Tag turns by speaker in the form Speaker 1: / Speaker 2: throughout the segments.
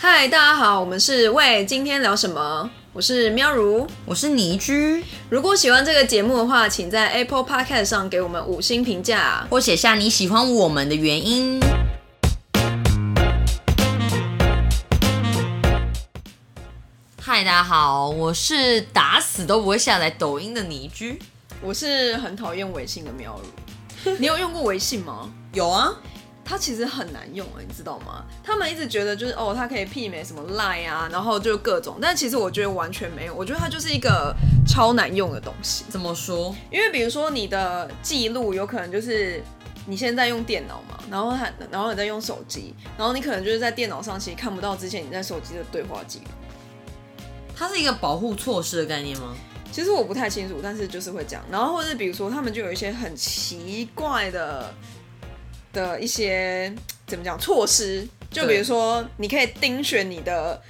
Speaker 1: 嗨，大家好，我们是喂，今天聊什么？我是喵如。
Speaker 2: 我是倪居，
Speaker 1: 如果喜欢这个节目的话，请在 Apple Podcast 上给我们五星评价。
Speaker 2: 或写下你喜欢我们的原因。嗨，大家好，我是打死都不会下载抖音的倪居。
Speaker 1: 我是很讨厌微信的喵如， 你有用过微信吗？
Speaker 2: 有啊，
Speaker 1: 它其实很难用、欸，你知道吗？他们一直觉得就是哦，它可以媲美什么 Line 啊，然后就各种，但其实我觉得完全没有，我觉得它就是一个超难用的东西。
Speaker 2: 怎么说？
Speaker 1: 因为比如说你的记录有可能就是你现在用电脑嘛，然后还然后你在用手机，然后你可能就是在电脑上其实看不到之前你在手机的对话记录。
Speaker 2: 它是一个保护措施的概念吗？
Speaker 1: 其实我不太清楚，但是就是会这样。然后或者比如说他们就有一些很奇怪的的一些怎么讲措施，就比如说你可以盯选你的。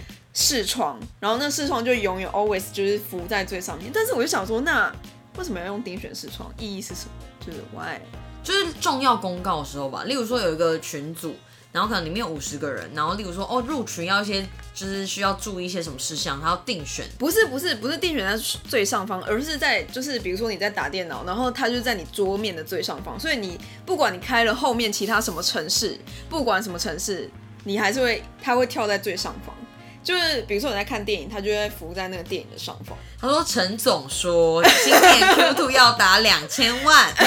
Speaker 1: 视窗，然后那视窗就永远 always 就是浮在最上面，但是我就想说，那为什么要用盯选视窗？意义是什么？就是 why？
Speaker 2: 就是重要公告的时候吧，例如说有一个群组，然后可能里面有五十个人，然后例如说哦入群要一些就是需要注意一些什么事项，他要定选
Speaker 1: 不是不是不是定选在最上方，而是在就是比如说你在打电脑，然后它就在你桌面的最上方，所以你不管你开了后面其他什么城市，不管什么城市，你还是会它会跳在最上方。就是比如说你在看电影，它就会浮在那个电影的上方。
Speaker 2: 他说：“陈总说，今年 Q Two 要打两千万，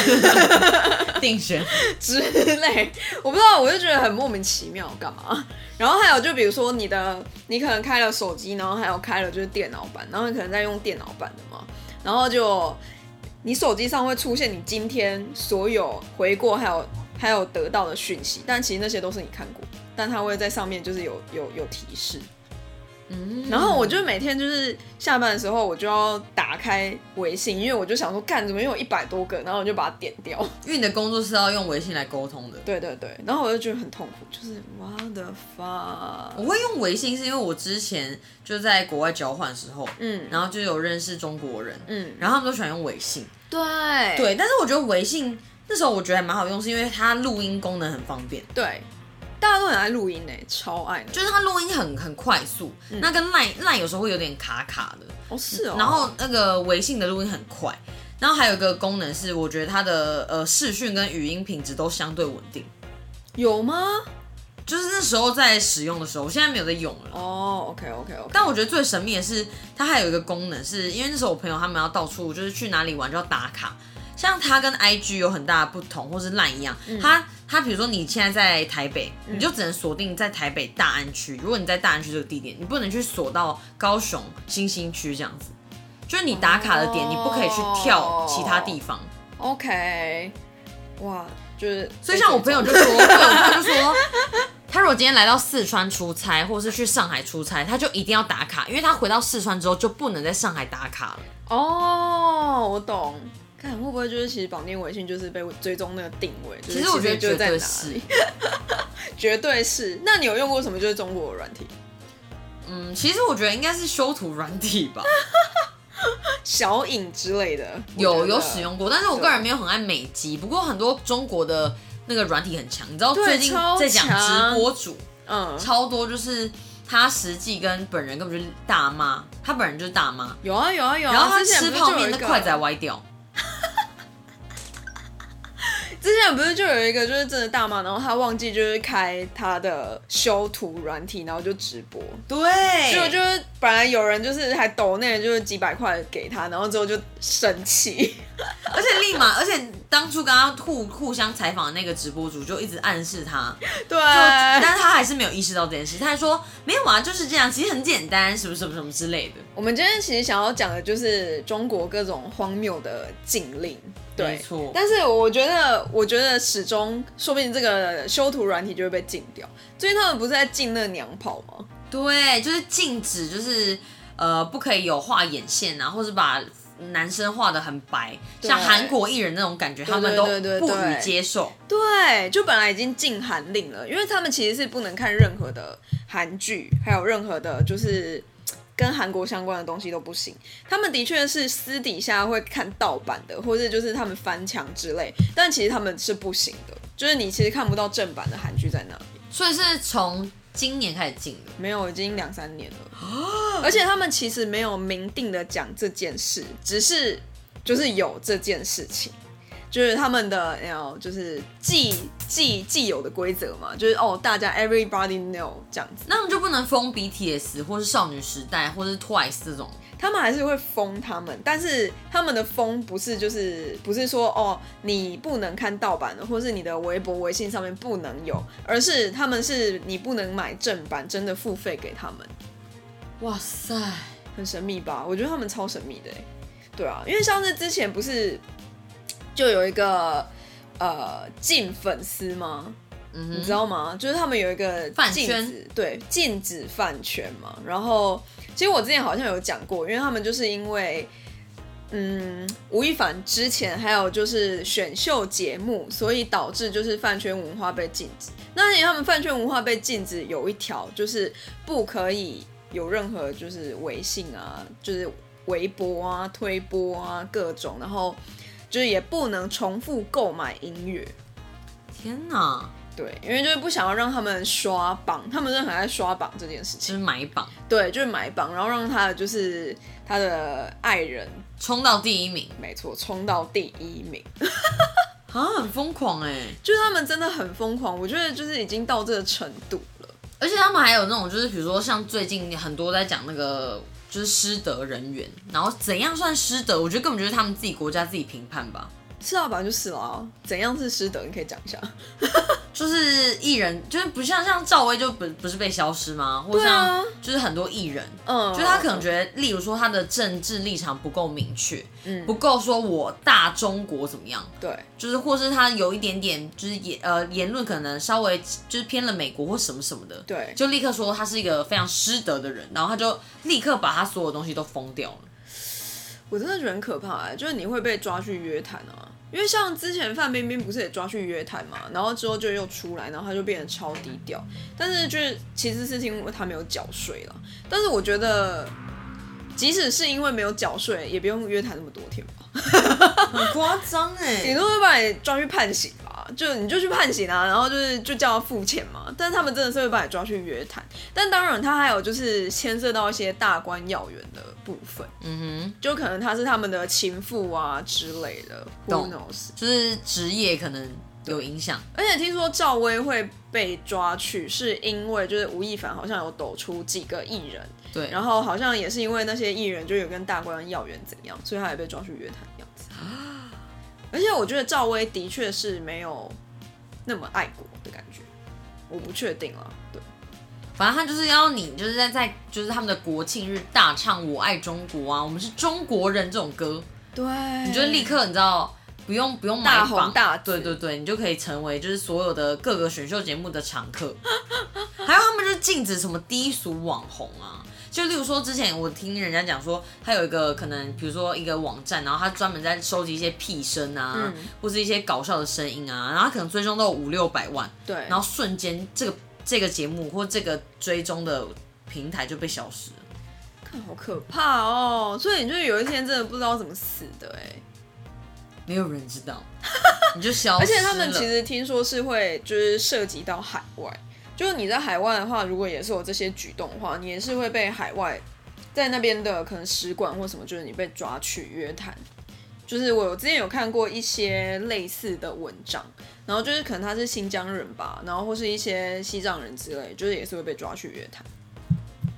Speaker 2: 定选
Speaker 1: 之类， 我不知道，我就觉得很莫名其妙，干嘛？然后还有就比如说你的，你可能开了手机，然后还有开了就是电脑版，然后你可能在用电脑版的嘛，然后就你手机上会出现你今天所有回过还有还有得到的讯息，但其实那些都是你看过，但它会在上面就是有有有提示。嗯，然后我就每天就是下班的时候，我就要打开微信，因为我就想说，干怎么又有一百多个，然后我就把它点掉。
Speaker 2: 因为你的工作是要用微信来沟通的。
Speaker 1: 对对对，然后我就觉得很痛苦，就是我的 fuck，
Speaker 2: 我会用微信是因为我之前就在国外交换的时候，
Speaker 1: 嗯
Speaker 2: 然后就有认识中国人，
Speaker 1: 嗯，
Speaker 2: 然后他们都喜欢用微信。
Speaker 1: 对
Speaker 2: 对，但是我觉得微信那时候我觉得还蛮好用，是因为它录音功能很方便，
Speaker 1: 对，大家都很爱录音呢，超爱呢。
Speaker 2: 就是它录音很很快速。那跟 Line Line 有时候会有点卡卡的，
Speaker 1: 哦是哦，
Speaker 2: 然后那个微信的录音很快，然后还有一个功能是，我觉得它的呃视讯跟语音品质都相对稳定。
Speaker 1: 有吗？
Speaker 2: 就是那时候在使用的时候，我现在没有在用了。
Speaker 1: 哦，OK OK OK，
Speaker 2: 但我觉得最神秘的是，它还有一个功能是，因为那时候我朋友他们要到处就是去哪里玩就要打卡，像它跟 IG 有很大的不同，或是烂一样。它它比如说你现在在台北，你就只能锁定在台北大安区。如果你在大安区这个地点，你不能去锁到高雄新兴区这样子，就是你打卡的点，你不可以去跳其他地方。
Speaker 1: OK，哇，就是
Speaker 2: 所以像我朋友就说，对，我朋友就说，他如果今天来到四川出差，或是去上海出差，他就一定要打卡，因为他回到四川之后就不能在上海打卡了。
Speaker 1: 哦，我懂。看会不会就是其实绑定微信就是被追踪那个定位，就是
Speaker 2: 其实我觉得
Speaker 1: 就是
Speaker 2: 绝
Speaker 1: 在哪
Speaker 2: 对
Speaker 1: 里
Speaker 2: 是，，
Speaker 1: 绝对是。那你有用过什么就是中国的软体？
Speaker 2: 嗯，其实我觉得应该是修图软体吧，
Speaker 1: 小影之类的，我
Speaker 2: 有
Speaker 1: 觉得
Speaker 2: 有使用过，但是我个人没有很爱美肌，不过很多中国的那个软体很强，你知道
Speaker 1: 对
Speaker 2: 最近
Speaker 1: 超
Speaker 2: 在讲
Speaker 1: 强
Speaker 2: 直播主
Speaker 1: 嗯，
Speaker 2: 超多，就是他实际跟本人根本就是大妈，他本人就是大妈，
Speaker 1: 有啊有啊有啊。
Speaker 2: 然后他
Speaker 1: 之前
Speaker 2: 吃
Speaker 1: 不是
Speaker 2: 泡
Speaker 1: 就有
Speaker 2: 面
Speaker 1: 一
Speaker 2: 的
Speaker 1: 个
Speaker 2: 筷子还啊歪掉。
Speaker 1: 之前不是就有一个就是真的大妈，然后她忘记就是开她的修图软体，然后就直播，
Speaker 2: 对
Speaker 1: 结果就是本来有人就是还抖那就是几百块给她，然后之后就生 气，
Speaker 2: 而且立马，而且当初跟他互互相采访的那个直播主就一直暗示他，
Speaker 1: 对，呃
Speaker 2: 但是他还是没有意识到这件事，他还说没有啊，就是这样，其实很简单，什么什么什么之类的。
Speaker 1: 我们今天其实想要讲的就是中国各种荒谬的禁令，对，
Speaker 2: 没错
Speaker 1: 但是我觉得，我觉得始终说不定这个修图软体就会被禁掉。最近他们不是在禁那个娘炮吗？
Speaker 2: 对，就是禁止，就是呃，不可以有画眼线啊，或是把男生画的很白，
Speaker 1: 对
Speaker 2: 像韩国艺人那种感觉，他们都
Speaker 1: 对对对
Speaker 2: 不
Speaker 1: 对
Speaker 2: 予接受。
Speaker 1: 对，就本来已经禁韩令了，因为他们其实是不能看任何的韩剧，还有任何的，就是跟韩国相关的东西都不行。他们的确是私底下会看盗版的，或者就是他们翻墙之类，但其实他们是不行的，就是你其实看不到正版的韩剧在哪里。
Speaker 2: 所以是从今年开始进的，
Speaker 1: 没有，已经两三年了。而且他们其实没有明定的讲这件事，只是就是有这件事情，就是他们的然后就是既既既有的规则嘛，就是哦，大家 everybody know 这样子，
Speaker 2: 那我们就不能封 BTS 或是少女时代或是 Twice 这种。
Speaker 1: 他们还是会封他们，但是他们的封不是就是不是说哦你不能看盗版的，或是你的微博、微信上面不能有，而是他们是你不能买正版，真的付费给他们。
Speaker 2: 哇塞，
Speaker 1: 很神秘吧？我觉得他们超神秘的欸，对啊，因为像是之前不是就有一个呃禁粉丝吗？
Speaker 2: 嗯
Speaker 1: 你
Speaker 2: 哼，
Speaker 1: 知道吗？就是他们有一个
Speaker 2: 饭
Speaker 1: 禁
Speaker 2: 圈
Speaker 1: 止，对，禁止饭圈嘛。然后其实我之前好像有讲过，因为他们就是因为。嗯，吴亦凡之前还有就是选秀节目，所以导致就是饭圈文化被禁止。那他们饭圈文化被禁止有一条就是不可以有任何就是微信啊，就是微博啊、推播啊各种，然后就是也不能重复购买音乐。
Speaker 2: 天哪，
Speaker 1: 对，因为就是不想要让他们刷榜，他们真的很爱刷榜这件事
Speaker 2: 就
Speaker 1: 情。
Speaker 2: 是买榜
Speaker 1: 对，就是买榜，然后让他的就是他的爱人，
Speaker 2: 冲到第一名
Speaker 1: 没错，冲到第一名。
Speaker 2: 啊，很疯狂哎、
Speaker 1: 就是他们真的很疯狂，我觉得就是已经到这个程度了。
Speaker 2: 而且他们还有那种，就是比如说像最近很多在讲那个，就是失德人员，然后怎样算失德？我觉得根本就是他们自己国家自己评判吧。
Speaker 1: 是啊，本来就是啊，怎样是师德？你可以讲一下。
Speaker 2: 就是艺人，就是不像像赵薇就不不是被消失吗？或
Speaker 1: 对啊
Speaker 2: 像就是很多艺人，
Speaker 1: 嗯，
Speaker 2: 就是他可能觉得，例如说他的政治立场不够明确，
Speaker 1: 嗯
Speaker 2: 不够说我大中国怎么样，
Speaker 1: 对，
Speaker 2: 就是或是他有一点点就是言呃言论可能稍微就是偏了美国或什么什么的，
Speaker 1: 对
Speaker 2: 就立刻说他是一个非常失德的人，然后他就立刻把他所有东西都封掉了。
Speaker 1: 我真的觉得很可怕、欸，就是你会被抓去约谈啊。因为像之前范冰冰不是也抓去约谈嘛，然后之后就又出来，然后她就变得超低调。但是就是其实是因为她没有缴税了，但是我觉得即使是因为没有缴税，也不用约谈那么多天吧，
Speaker 2: 很夸张
Speaker 1: 顶
Speaker 2: 哎，
Speaker 1: 多会把 你抓去判刑吧，就你就去判刑啊，然后就是就叫他付钱嘛。但是他们真的是会把你抓去约谈，但当然他还有就是牵涉到一些大官要员的部分。
Speaker 2: 嗯
Speaker 1: 就可能他是他们的情妇啊之类的，Who
Speaker 2: 懂
Speaker 1: knows？
Speaker 2: 哼，就是职业可能有影响，
Speaker 1: 而且听说赵薇会被抓去，是因为就是吴亦凡好像有抖出几个艺人，
Speaker 2: 对，
Speaker 1: 然
Speaker 2: 后
Speaker 1: 后好像也是因为那些艺人就有跟大官要员怎样，所以他也被抓去约谈这样子。 而且我觉得赵薇的确是没有那么爱国的感觉，我不确定了。对，
Speaker 2: 反正他就是要你就是在在就是他们的国庆日大唱《我爱中国》啊，我们是中国人这种歌，
Speaker 1: 对，
Speaker 2: 你就立刻你知道。不用不用买
Speaker 1: 大
Speaker 2: 榜
Speaker 1: 红大紫
Speaker 2: 对对对，你就可以成为就是所有的各个选秀节目的常客。 还有他们就禁止什么低俗网红啊，就例如说之前我听人家讲说，他有一个可能比如说一个网站，然后他专门在收集一些屁声啊，
Speaker 1: 嗯
Speaker 2: 或是一些搞笑的声音啊，然后他可能追踪都有五六百万，
Speaker 1: 对，
Speaker 2: 然后瞬间这个这个节目或这个追踪的平台就被消失了。
Speaker 1: 看好可怕哦，所以你就有一天真的不知道怎么死的哎、
Speaker 2: 没有人知 道，你就消失
Speaker 1: 而
Speaker 2: 了。
Speaker 1: 且他们其实听说是会就是涉及到海外，就是你在海外的话，如果也是有这些举动的话，你也是会被海外在那边的可能使馆或什么，就是你被抓去约谈。就是我之前有看过一些类似的文章，然后就是可能他是新疆人吧，然后或是一些西藏人之类，就是也是会被抓去约谈。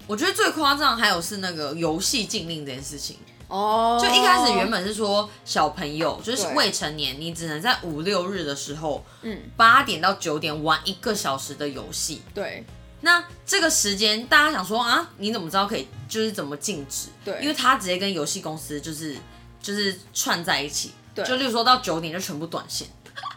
Speaker 2: 我觉得最夸张还有是那个游戏禁令这件事情。
Speaker 1: 哦，
Speaker 2: 就一开始原本是说小朋友就是
Speaker 1: 对
Speaker 2: 未成年，你只能在五六日的时候，
Speaker 1: 嗯
Speaker 2: 八点到九点玩一个小时的游戏。
Speaker 1: 对
Speaker 2: 那这个时间大家想说啊，你怎么知道可以就是怎么禁止？
Speaker 1: 对
Speaker 2: 因为他直接跟游戏公司就是就是串在一起，
Speaker 1: 对
Speaker 2: 就例如说到九点就全部断线，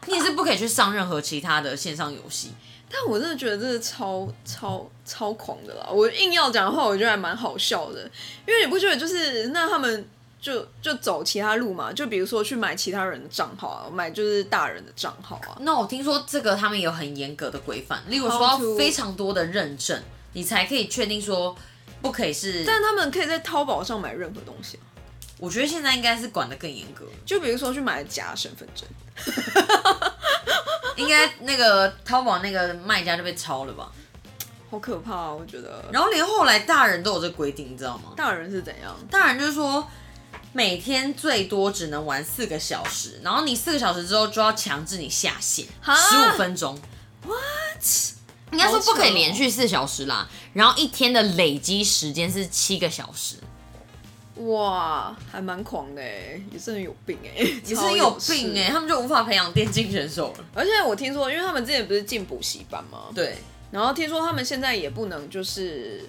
Speaker 2: 你也是不可以去上任何其他的线上游戏。
Speaker 1: 但我真的觉得这是超超超狂的啦！我硬要讲的话，我觉得还蛮好笑的，因为你不觉得就是那他们就就走其他路嘛？就比如说去买其他人的账号啊，买就是大人的账号啊。
Speaker 2: 那我听说这个他们有很严格的规范，例如
Speaker 1: How
Speaker 2: 说要
Speaker 1: to-
Speaker 2: 非常多的认证，你才可以确定说不可以是。
Speaker 1: 但他们可以在淘宝上买任何东西啊、
Speaker 2: 我觉得现在应该是管得更严格，
Speaker 1: 就比如说去买假身份证，
Speaker 2: 应该那个淘宝那个卖家就被抄了吧？
Speaker 1: 好可怕、啊，我觉得。
Speaker 2: 然后连后来大人都有这规定，你知道吗？
Speaker 1: 大人是怎样？
Speaker 2: 大人就是说，每天最多只能玩四个小时，然后你四个小时之后就要强制你下线
Speaker 1: 哈
Speaker 2: 十五分钟。
Speaker 3: 应该说不可
Speaker 1: 好扯哦
Speaker 3: 以连续四小时啦，然后一天的累积时间是七个小时。
Speaker 1: 哇，还蛮狂的哎，也是很有病 哎，也
Speaker 2: 也是很有病哎、他们就无法培养电竞选手了。
Speaker 1: 而且我听说，因为他们之前不是进补习班吗？
Speaker 2: 对，
Speaker 1: 然后听说他们现在也不能就是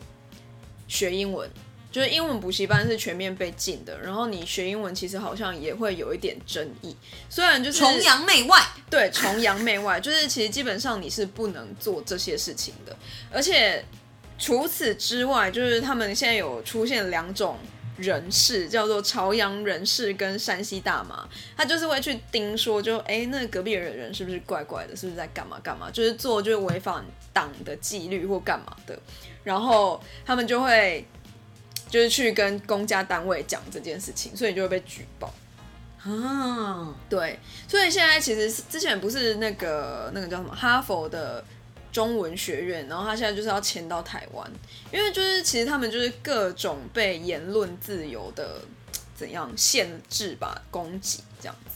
Speaker 1: 学英文，就是英文补习班是全面被禁的。然后你学英文其实好像也会有一点争议，虽然就是
Speaker 2: 崇洋媚外，
Speaker 1: 对崇洋媚外，就是其实基本上你是不能做这些事情的。而且除此之外，就是他们现在有出现两种。人士叫做朝阳人士跟山西大妈，他就是会去盯说就，哎，那隔壁的人是不是怪怪的，是不是在干嘛干嘛，就是做就是违反党的纪律或干嘛的，然后他们就会就是去跟公家单位讲这件事情，所以你就会被举报。
Speaker 2: 啊，
Speaker 1: 对，所以现在其实是之前不是那个那个叫什么哈佛的中文学院，然后他现在就是要迁到台湾，因为就是其实他们就是各种被言论自由的怎样限制吧，攻击这样子。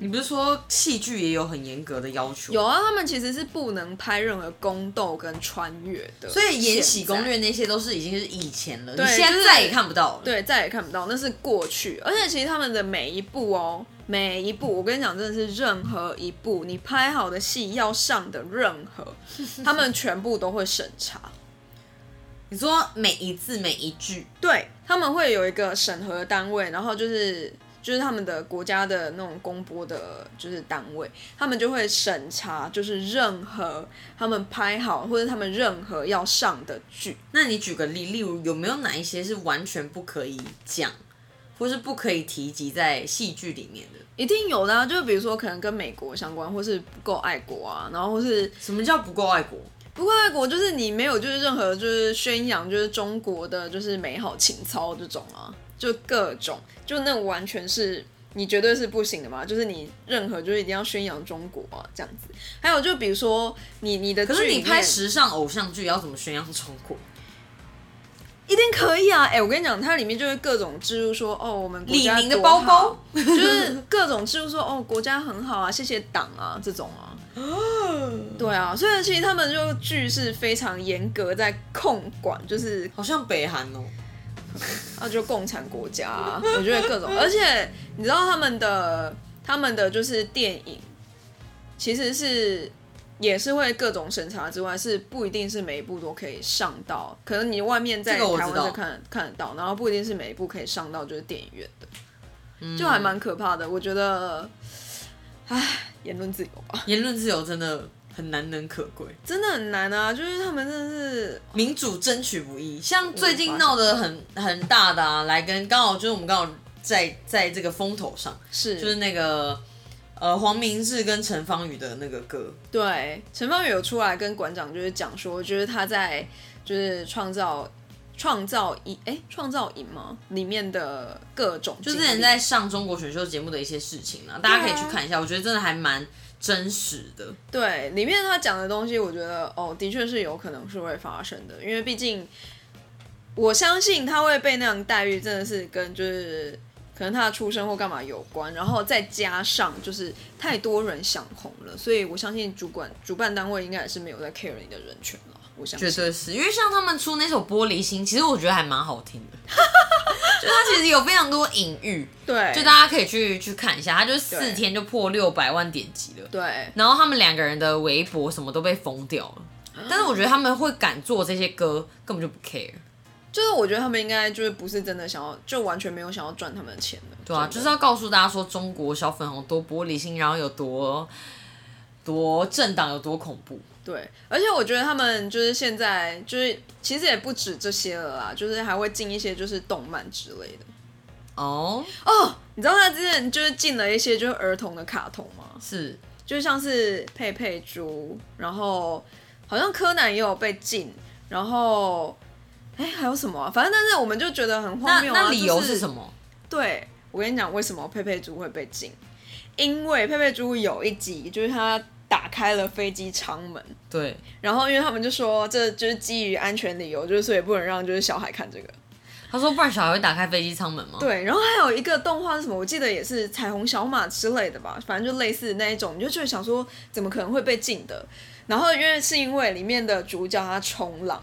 Speaker 2: 你不是说戏剧也有很严格的要求？
Speaker 1: 有，啊，他们其实是不能拍任何宫斗跟穿越的，
Speaker 2: 所以《延禧攻
Speaker 1: 现在
Speaker 2: 略》那些都是已经是以前了，
Speaker 1: 对
Speaker 2: 你现
Speaker 1: 就
Speaker 2: 在
Speaker 1: 是
Speaker 2: 再也看不到了。，
Speaker 1: 对，再也看不到，那是过去。而且其实他们的每一部哦，每一部，我跟你讲，真的是任何一部你拍好的戏要上的任何，他们全部都会审查。
Speaker 2: 你说每一字每一句，
Speaker 1: 对，他们会有一个审核单位，然后就是就是他们的国家的那种公播的，就是单位，他们就会审查，就是任何他们拍好或者他们任何要上的剧。
Speaker 2: 那你举个例，例如有没有哪一些是完全不可以讲，或是不可以提及在戏剧里面的？
Speaker 1: 一定有的、啊，就比如说可能跟美国相关，或是不够爱国啊，然后或是
Speaker 2: 什么叫不够爱国？
Speaker 1: 不过爱国就是你没有就是任何就是宣扬就是中国的就是美好情操这种啊，就各种就那完全是你绝对是不行的嘛，就是你任何就是一定要宣扬中国啊这样子。还有就比如说你你的
Speaker 2: 可是
Speaker 1: 剧里
Speaker 2: 你
Speaker 1: 面
Speaker 2: 拍时尚偶像剧要怎么宣扬中国？
Speaker 1: 一定可以啊！哎、我跟你讲，它里面就是各种植入说哦，我们国家
Speaker 2: 李宁的
Speaker 1: 多
Speaker 2: 包
Speaker 1: 好
Speaker 2: 包，
Speaker 1: 就是各种植入说哦，国家很好啊，谢谢党啊这种啊。对啊，所以其实他们就剧是非常严格在控管，就是
Speaker 2: 好像北韩哦、
Speaker 1: 啊，就共产国家、啊，我觉得各种，而且你知道他们的他们的就是电影，其实是也是会各种审查之外，是不一定是每一部都可以上到，可能你外面在
Speaker 2: 这个我知
Speaker 1: 台
Speaker 2: 道
Speaker 1: 湾是看看得到，然后不一定是每一部可以上到就是电影院的，就
Speaker 2: 嗯
Speaker 1: 还蛮可怕的。我觉得，唉，言论自由吧，
Speaker 2: 嗯言论自由真的很难能可贵，
Speaker 1: 真的很难啊，就是他们真的是
Speaker 2: 民主争取不易。像最近闹得很很大的啊，来跟刚好就是我们刚好在在这个风头上，
Speaker 1: 是
Speaker 2: 就是那个呃黄明志跟陈芳宇的那个歌，
Speaker 1: 对，陈芳宇有出来跟馆长就是讲说，就是他在就是创造创造营哎创造营吗里面的各种
Speaker 2: 就
Speaker 1: 经
Speaker 2: 之
Speaker 1: 历，
Speaker 2: 前在上中国选秀节目的一些事情啊，大家可以去看一下，我觉得真的还蛮真实的。
Speaker 1: 对里面他讲的东西，我觉得哦的确是有可能是会发生的，因为毕竟我相信他会被那样待遇，真的是跟就是。可能他的出身或干嘛有关，然后再加上就是太多人想红了，所以我相信主管主办单位应该也是没有在 care 你的人权了。我相信
Speaker 2: 绝对是因为像他们出那首《玻璃心》，其实我觉得还蛮好听 的，就它其实有非常多隐喻，
Speaker 1: 对，
Speaker 2: 就大家可以去去看一下，它就
Speaker 1: 对
Speaker 2: 四天就破六百万点击了。
Speaker 1: 对
Speaker 2: 然后他们两个人的微博什么都被封掉了。
Speaker 1: 啊
Speaker 2: 但是我觉得他们会敢做这些歌，根本就不 care，
Speaker 1: 就是我觉得他们应该就是不是真的想要，就完全没有想要赚他们的钱的。
Speaker 2: 对啊，
Speaker 1: 真的
Speaker 2: 就是要告诉大家说中国小粉红多玻璃心，然后有多多政党有多恐怖。
Speaker 1: 对，而且我觉得他们就是现在就是其实也不止这些了啦，就是还会进一些就是动漫之类的。
Speaker 2: 哦，
Speaker 1: 哦，你知道他之前就是进了一些就是儿童的卡通吗？
Speaker 2: 是
Speaker 1: 就像是佩佩猪，然后好像柯南也有被禁，然后哎还有什么啊、反正但是我们就觉得很
Speaker 2: 那
Speaker 1: 荒谬啊。
Speaker 2: 那理由
Speaker 1: 就是
Speaker 2: 什么？
Speaker 1: 对，我跟你讲，为什么佩佩猪会被禁？因为佩佩猪有一集就是他打开了飞机舱门。
Speaker 2: 对，
Speaker 1: 然后因为他们就说，这就是基于安全理由，就是所以不能让就是小孩看这个。
Speaker 2: 他说不然小孩会打开飞机舱门吗？
Speaker 1: 对，然后还有一个动画是什么？我记得也是彩虹小马之类的吧，反正就类似那一种，你就觉得想说怎么可能会被禁的？然后因为是因为里面的主角他冲浪，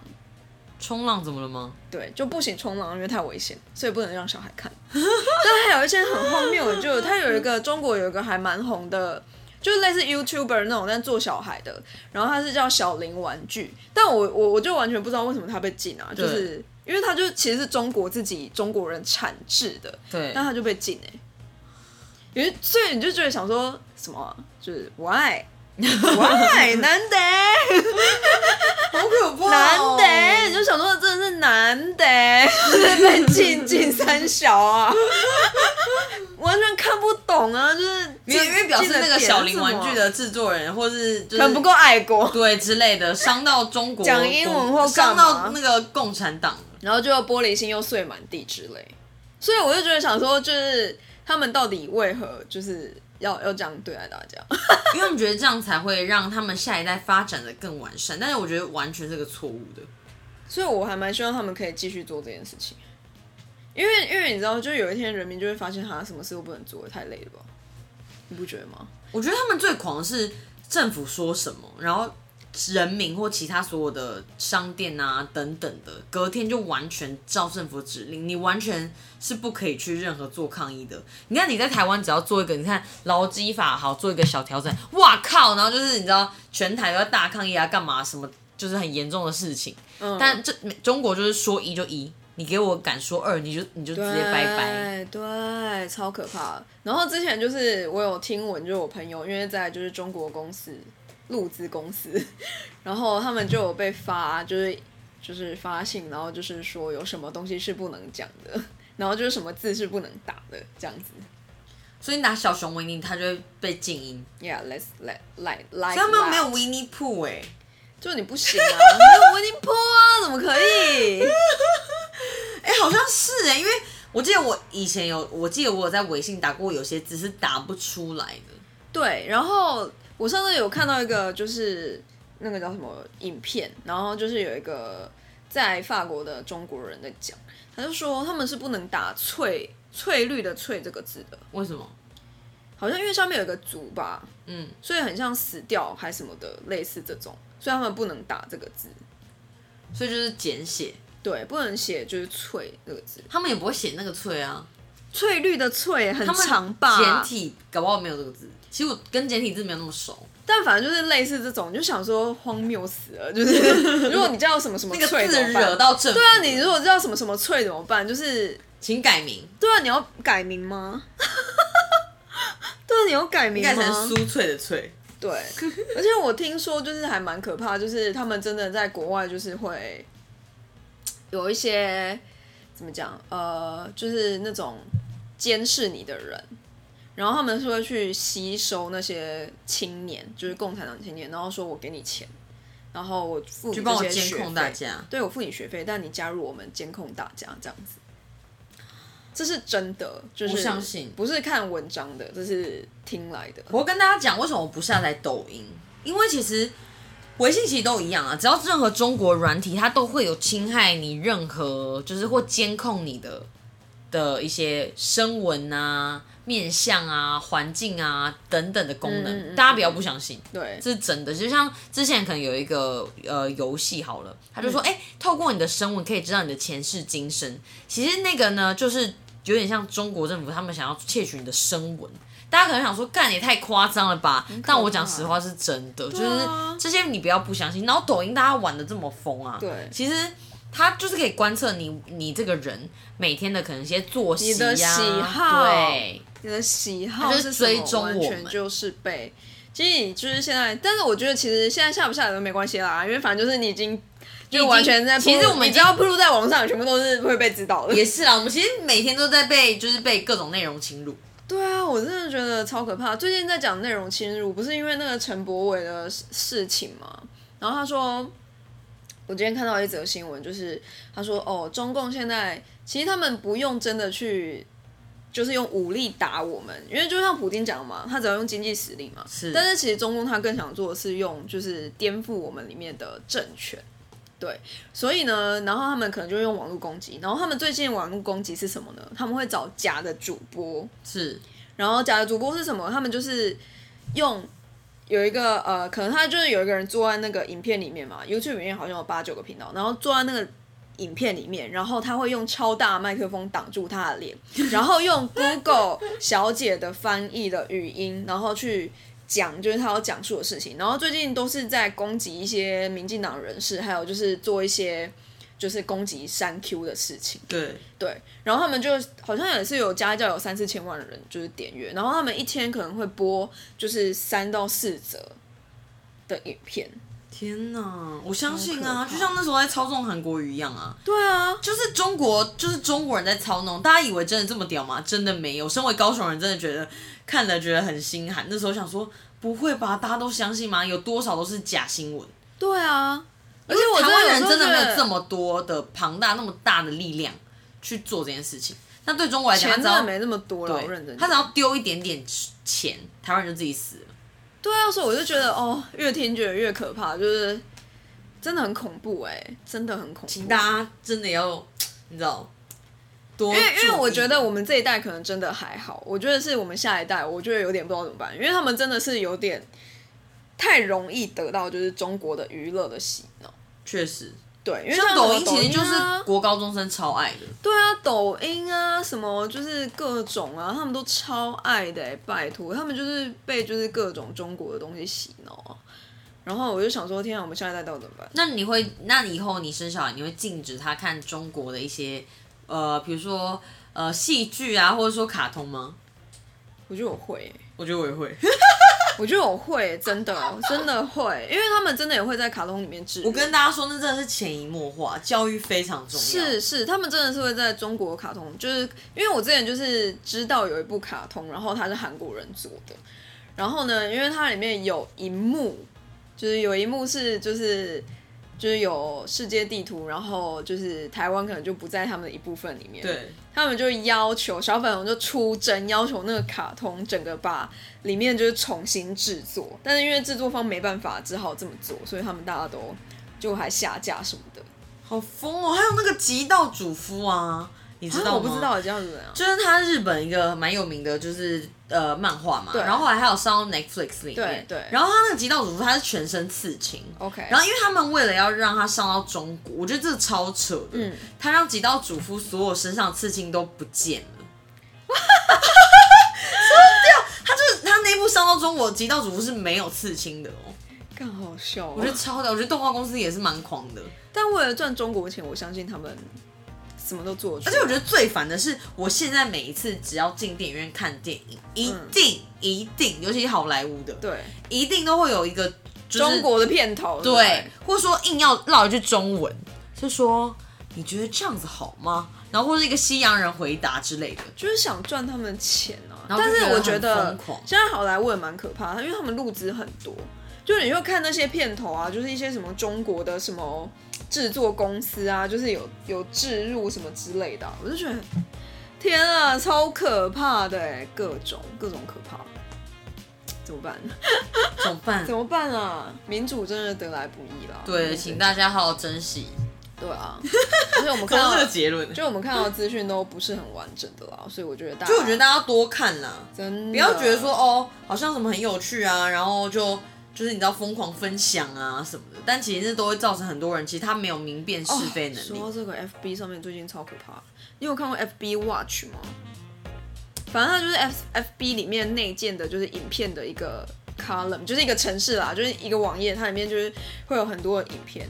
Speaker 2: 冲浪怎么了吗？
Speaker 1: 对，就不行冲浪，因为太危险，所以不能让小孩看。 但还有一些很荒谬的，就他有一个中国有一个还蛮红的，就是类似 YouTuber 那种，但做小孩的，然后他是叫小林玩具，但我我我就完全不知道为什么他被禁啊，
Speaker 2: 对
Speaker 1: 就是因为他就其实是中国自己中国人产制的，
Speaker 2: 对
Speaker 1: 但，他就被禁哎、因为所以你就觉得想说什么啊、就是 why why 难得
Speaker 2: 好可怕哦
Speaker 1: 难得，你就想说真的是难 得被禁禁三小啊，完全看不懂啊，就是
Speaker 2: 因为因为表示那个小林玩具
Speaker 1: 禁得
Speaker 2: 的制作人或是就
Speaker 1: 点是什么很
Speaker 2: 是
Speaker 1: 啊不够爱国，
Speaker 2: 对之类的，伤到中国
Speaker 1: 讲英文或干
Speaker 2: 伤
Speaker 1: 嘛
Speaker 2: 到那个共产党了。
Speaker 1: 然后就玻璃心又碎满地之类，所以我就觉得想说，就是他们到底为何就是要要这样对待大家？
Speaker 2: 因为我们觉得这样才会让他们下一代发展的更完善，但是我觉得完全是个错误的。
Speaker 1: 所以我还蛮希望他们可以继续做这件事情，因为因为你知道，就有一天人民就会发现，他什么事都不能做，太累了吧？你不觉得吗？
Speaker 2: 我觉得他们最狂的是政府说什么，然后人民或其他所有的商店啊等等的，隔天就完全照政府指令，你完全是不可以去任何做抗议的。你看你在台湾只要做一个，你看劳基法好做一个小调整，哇靠！然后就是你知道全台都要大抗议啊，干嘛什么，就是很严重的事情。
Speaker 1: 嗯
Speaker 2: 但这中国就是说一就一，你给我敢说二，你就你就直接拜拜。
Speaker 1: 对对，超可怕的。然后之前就是我有听闻，就是我朋友因为在就是中国公司路资公司， 然后他们就有被发就是就是发信，然后就是说有什么东西是不能讲的，然后就是什么字是不能打的这样子。
Speaker 2: 所以拿小熊维尼，它就会被静音。
Speaker 1: Yeah, let's let like like。
Speaker 2: 他们没有维尼铺哎、
Speaker 1: 就你不行啊，没有维尼坡啊，怎么可以？
Speaker 2: 哎、好像是哎、因为我记得我以前有，我记得我有在微信打过，有些字是打不出来的。
Speaker 1: 对，然后我上次有看到一个就是那个叫什么影片，然后就是有一个在法国的中国人在讲，他就说他们是不能打翠翠绿的翠这个字的，
Speaker 2: 为什么？
Speaker 1: 好像因为上面有一个族吧，
Speaker 2: 嗯，
Speaker 1: 所以很像死掉还什么的，类似这种，所以他们不能打这个字，
Speaker 2: 所以就是简写，
Speaker 1: 对，不能写就是翠这个字，
Speaker 2: 他们也不会写那个“翠”啊，
Speaker 1: 翠绿的翠很
Speaker 2: 他们
Speaker 1: 长吧，
Speaker 2: 简体搞不好没有这个字。其实我跟简体字没有那么熟，
Speaker 1: 但反正就是类似这种，你就想说荒谬死了。就是 如果你叫什么什么
Speaker 2: 那个
Speaker 1: 翠怎么
Speaker 2: 字
Speaker 1: 办？
Speaker 2: 惹到政府，
Speaker 1: 对啊，你如果叫什么什么翠怎么办？就是
Speaker 2: 请改名，
Speaker 1: 对啊，你要改名吗？ 对啊，你要改名
Speaker 2: 改成
Speaker 1: 吗？
Speaker 2: 酥脆的“脆
Speaker 1: 对，而且我听说就是还蛮可怕，就是他们真的在国外就是会有一些怎么讲呃，就是那种监视你的人，然后他们是会去吸收那些青年，就是共产党青年，然后说我给你钱，然后我付”，你
Speaker 2: 就帮我
Speaker 1: 这些
Speaker 2: 监
Speaker 1: 学
Speaker 2: 控大
Speaker 1: 费
Speaker 2: 家。
Speaker 1: 对我付你学费，但你加入我们监控大家这样子，这是真的，就是
Speaker 2: 我相信
Speaker 1: 不是看文章的，这是听来的。
Speaker 2: 我要跟大家讲，为什么我不下载抖音？因为其实微信其实都一样啊，只要任何中国软体，它都会有侵害你任何，就是或监控你的的一些声纹啊、面相啊、环境啊等等的功
Speaker 1: 嗯
Speaker 2: 能。
Speaker 1: 嗯嗯
Speaker 2: 大家不要不相信。
Speaker 1: 对，
Speaker 2: 这是真的，就像之前可能有一个呃游戏好了，他就说，
Speaker 1: 嗯
Speaker 2: 哎、透过你的声纹可以知道你的前世今生。其实那个呢，就是有点像中国政府他们想要窃取你的声纹。大家可能想说，干也太夸张了吧？但我讲实话是真的，就是
Speaker 1: 啊
Speaker 2: 这些你不要不相信。然后抖音大家玩的这么疯啊，
Speaker 1: 对
Speaker 2: 其实它就是可以观测你你这个人每天的可能一些作息、啊、
Speaker 1: 你的喜好
Speaker 2: 对，
Speaker 1: 你的喜好
Speaker 2: 它就是是
Speaker 1: 什么
Speaker 2: 追踪
Speaker 1: 完
Speaker 2: 我
Speaker 1: 全
Speaker 2: 们
Speaker 1: 就是被。其实你就是现在，但是我觉得其实现在下不下来都没关系啦，因为反正就是你已经就
Speaker 2: 经
Speaker 1: 完全在铺，
Speaker 2: 其实我们已
Speaker 1: 你只
Speaker 2: 经
Speaker 1: 要铺露在网上，全部都是会被知道的。
Speaker 2: 也是啦。我们其实每天都在被就是被各种内容侵入。
Speaker 1: 对啊，我真的觉得超可怕。最近在讲内容侵入，不是因为那个陈柏伟的事事情嘛？然后他说，我今天看到一则新闻，就是他说哦，中共现在其实他们不用真的去就是用武力打我们，因为就像普京讲的嘛，他只要用经济实力嘛。
Speaker 2: 是
Speaker 1: 但是其实中共他更想做的是用就是颠覆我们里面的政权。对，所以呢，然后他们可能就会用网络攻击，然后他们最近网络攻击是什么呢？他们会找假的主播，
Speaker 2: 是
Speaker 1: 然后假的主播是什么？他们就是用有一个呃，可能他就是有一个人坐在那个影片里面嘛，YouTube 里面好像有八九个频道，然后坐在那个影片里面，然后他会用超大麦克风挡住他的脸，然后用 Google 小姐的翻译的语音，然后去。讲就是他要讲述的事情，然后最近都是在攻击一些民进党人士，还有就是做一些就是攻击三 Q 的事情。
Speaker 2: 对，
Speaker 1: 对，然后他们就好像也是有家教有三四千万人就是点阅，然后他们一天可能会播就是三到四则的影片。
Speaker 2: 天哪，我相信
Speaker 1: 好
Speaker 2: 啊，
Speaker 1: 可怕
Speaker 2: 就像那时候在操纵韩国语一样啊，
Speaker 1: 对啊，
Speaker 2: 就是中国，就是中国人在操弄。大家以为真的这么屌吗？真的没有。身为高雄人，真的觉得看了觉得很心寒。那时候想说，不会吧？大家都相信吗？有多少都是假新闻？
Speaker 1: 对啊，而且我
Speaker 2: 台湾人
Speaker 1: 有时候
Speaker 2: 真的没
Speaker 1: 觉
Speaker 2: 有
Speaker 1: 得
Speaker 2: 这么多的庞大、那么大的力量去做这件事情。那对中国来讲，他
Speaker 1: 钱
Speaker 2: 只
Speaker 1: 真的
Speaker 2: 要
Speaker 1: 没那么多了，我认
Speaker 2: 对，
Speaker 1: 真。
Speaker 2: 他只要丢一点点钱，台湾人就自己死了。
Speaker 1: 对啊，所以我就觉得哦，越听觉得越可怕，就是真的很恐怖哎、真的很恐怖。
Speaker 2: 大家真的要，你知道，多
Speaker 1: 因为因为我觉得
Speaker 2: 我
Speaker 1: 我们这一代可能真的还好，我觉得是我们下一代，我觉得有点不知道怎么办，因为他们真的是有点太容易得到就是中国的娱乐的洗脑。
Speaker 2: 确实，
Speaker 1: 对，因为
Speaker 2: 像抖音其实就
Speaker 1: 啊
Speaker 2: 是国高中生超爱的。
Speaker 1: 对啊，抖音啊，什么就是各种啊，他们都超爱的、欸，拜托，他们就是被就是各种中国的东西洗脑啊。然后我就想说，天啊，我们下一代到底怎么办？
Speaker 2: 那你会，那以后你生小孩，你会禁止他看中国的一些，呃，比如说呃戏剧啊，或者说卡通吗？
Speaker 1: 我觉得我会欸、
Speaker 2: 我觉得我也会。
Speaker 1: 我觉得我会欸，真的真的会，因为他们真的也会在卡通里面制。
Speaker 2: 我跟大家说，那真的是潜移默化，教育非常重要。
Speaker 1: 是，是，他们真的是会在中国卡通，就是因为我之前就是知道有一部卡通，然后它是韩国人做的，然后呢，因为它里面有一幕，就是有一幕是就是就是有世界地图，然后就是台湾可能就不在他们的一部分里面，，
Speaker 2: 对，
Speaker 1: 他们就要求小粉红就出征，要求那个卡通整个把里面就是重新制作，但是因为制作方没办法，只好这么做，所以他们大家都就还下架什么的。
Speaker 2: 好疯哦！还有那个极道主夫啊，你知
Speaker 1: 啊
Speaker 2: 道吗？
Speaker 1: 我不知道这样子啊。
Speaker 2: 就是他日本一个蛮有名的，就是呃漫画嘛，
Speaker 1: 对
Speaker 2: 然后后来还有上到 Netflix 里面，
Speaker 1: 对对
Speaker 2: 然后他那个极道主夫他是全身刺青
Speaker 1: OK，
Speaker 2: 然后因为他们为了要让他上到中国，我觉得这超扯的，
Speaker 1: 嗯
Speaker 2: 他让极道主夫所有身上的刺青都不见 了。超屌！他就是他那部上到中国，极道主夫是没有刺青的哦，
Speaker 1: 更好笑、哦。
Speaker 2: 我觉得超屌。我觉得动画公司也是蛮狂的，
Speaker 1: 但为了赚中国钱，我相信他们什么都做得出
Speaker 2: 而
Speaker 1: 来。
Speaker 2: 且我觉得最烦的是，我现在每一次只要进电影院看电影，一定、一定，尤其好莱坞的，
Speaker 1: 嗯对、
Speaker 2: 一定都会有一个、就是、
Speaker 1: 中国的片头，对不
Speaker 2: 对，或者说硬要唠一句中文，就说你觉得这样子好吗？然后或是一个西洋人回答之类的，
Speaker 1: 就是想赚他们的钱啊。
Speaker 2: 然后
Speaker 1: 但
Speaker 2: 就是觉得
Speaker 1: 我
Speaker 2: 很
Speaker 1: 觉得
Speaker 2: 疯狂
Speaker 1: 现在好莱坞也蛮可怕的，因为他们路资很多，就你会看那些片头啊，就是一些什么中国的什么制作公司啊，就是有有置入什么之类的啊、我就觉得天啊，超可怕的欸，各种各种可怕。怎么办？
Speaker 2: 怎么 办
Speaker 1: 怎？么办啊？民主真的得来不易啦。
Speaker 2: 对，
Speaker 1: 真
Speaker 2: 请
Speaker 1: 的
Speaker 2: 大家好好珍惜。
Speaker 1: 对啊，而且我们看到，
Speaker 2: 结论，就
Speaker 1: 就我们看到的资讯都不是很完整的啦，所以我觉得大家，
Speaker 2: 就我觉得大家多看啦，
Speaker 1: 真的
Speaker 2: 不要觉得说哦，好像什么很有趣啊，然后就。就是你知道疯狂分享啊什么的，但其实这都会造成很多人其实他没有明辨是非能
Speaker 1: 哦说
Speaker 2: 力。
Speaker 1: 到这个 FB 上面最近超可怕，你有看过 FB Watch 吗？反正它就是 F FB 里面内建的，就是影片的一个 column，就是一个城市啦，就是一个网页，它里面就是会有很多的影片，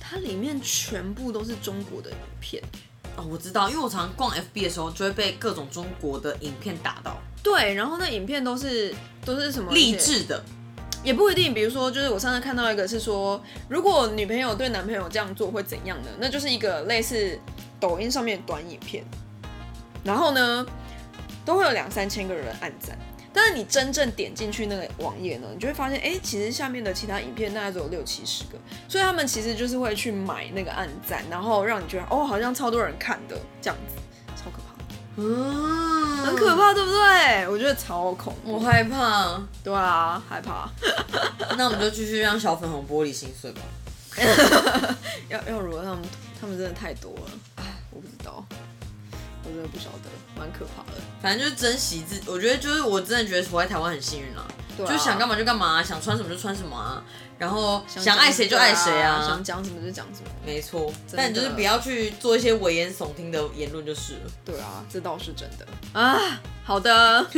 Speaker 1: 它里面全部都是中国的影片。
Speaker 2: 哦，我知道，因为我常常逛 FB 的时候，就会被各种中国的影片打到，
Speaker 1: 对，然后那影片都是都是什么
Speaker 2: 励
Speaker 1: 一些
Speaker 2: 志的，
Speaker 1: 也不一定，比如说，就是我上次看到一个是说，如果女朋友对男朋友这样做会怎样呢？那就是一个类似抖音上面的短影片，然后呢，都会有两三千个人按赞。但是你真正点进去那个网页呢，你就会发现，哎、其实下面的其他影片大概只有六七十个，所以他们其实就是会去买那个按赞，然后让你觉得哦，好像超多人看的这样子，超可怕。
Speaker 2: 嗯，
Speaker 1: 很可怕，对不对？我觉得超恐
Speaker 2: 我
Speaker 1: 怖。
Speaker 2: 害怕。
Speaker 1: 对啊，害怕。
Speaker 2: 那我们就继续让小粉红玻璃心碎吧。
Speaker 1: 要要如何？他们他们真的太多了，唉，我不知道，我真的不晓得，蛮可怕的。
Speaker 2: 反正就是珍惜自己，我觉得就是我真的觉得活在台湾很幸运啦，
Speaker 1: 对啊
Speaker 2: 就想干嘛就干嘛、想穿什么就穿什么啊，然后想
Speaker 1: 讲
Speaker 2: 爱谁就爱谁啊，
Speaker 1: 想讲什么就讲什么。
Speaker 2: 没错。
Speaker 1: 的
Speaker 2: 但你就是不要去做一些危言耸听的言论就是 了。
Speaker 1: 对啊，这倒是真的啊。好的，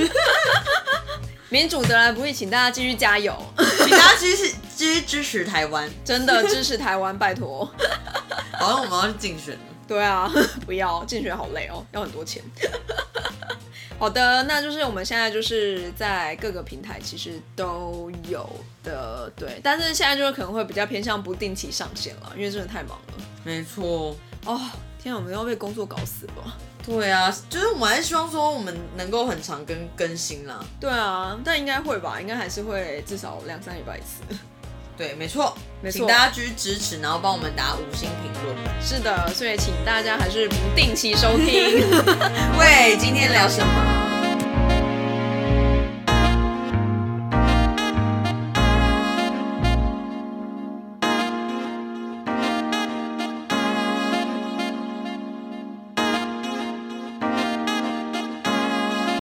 Speaker 1: 民主得来不易，请大家继续加油，
Speaker 2: 请大家继续继续支持台湾，
Speaker 1: 真的支持台湾，拜托。
Speaker 2: 好像我们要去竞选了。
Speaker 1: 对啊， 不要竞选好累哦，要很多钱。 好的，那就是我们现在就是在各个平台其实都有的，对，但是现在就是可能会比较偏向不定期上线了，因为真的太忙了。
Speaker 2: 没错，
Speaker 1: 哦，天啊，我们要被工作搞死了。
Speaker 2: 对啊，就是我们还是希望说我们能够很常更更新啦。
Speaker 1: 对啊，但应该会吧，应该还是会至少两三礼拜一次。
Speaker 2: 对，没错，
Speaker 1: 没错
Speaker 2: 请大家继续支持，然后帮我们打五星评论。
Speaker 1: 是的，所以请大家还是不定期收听。
Speaker 2: 喂，今天聊什么？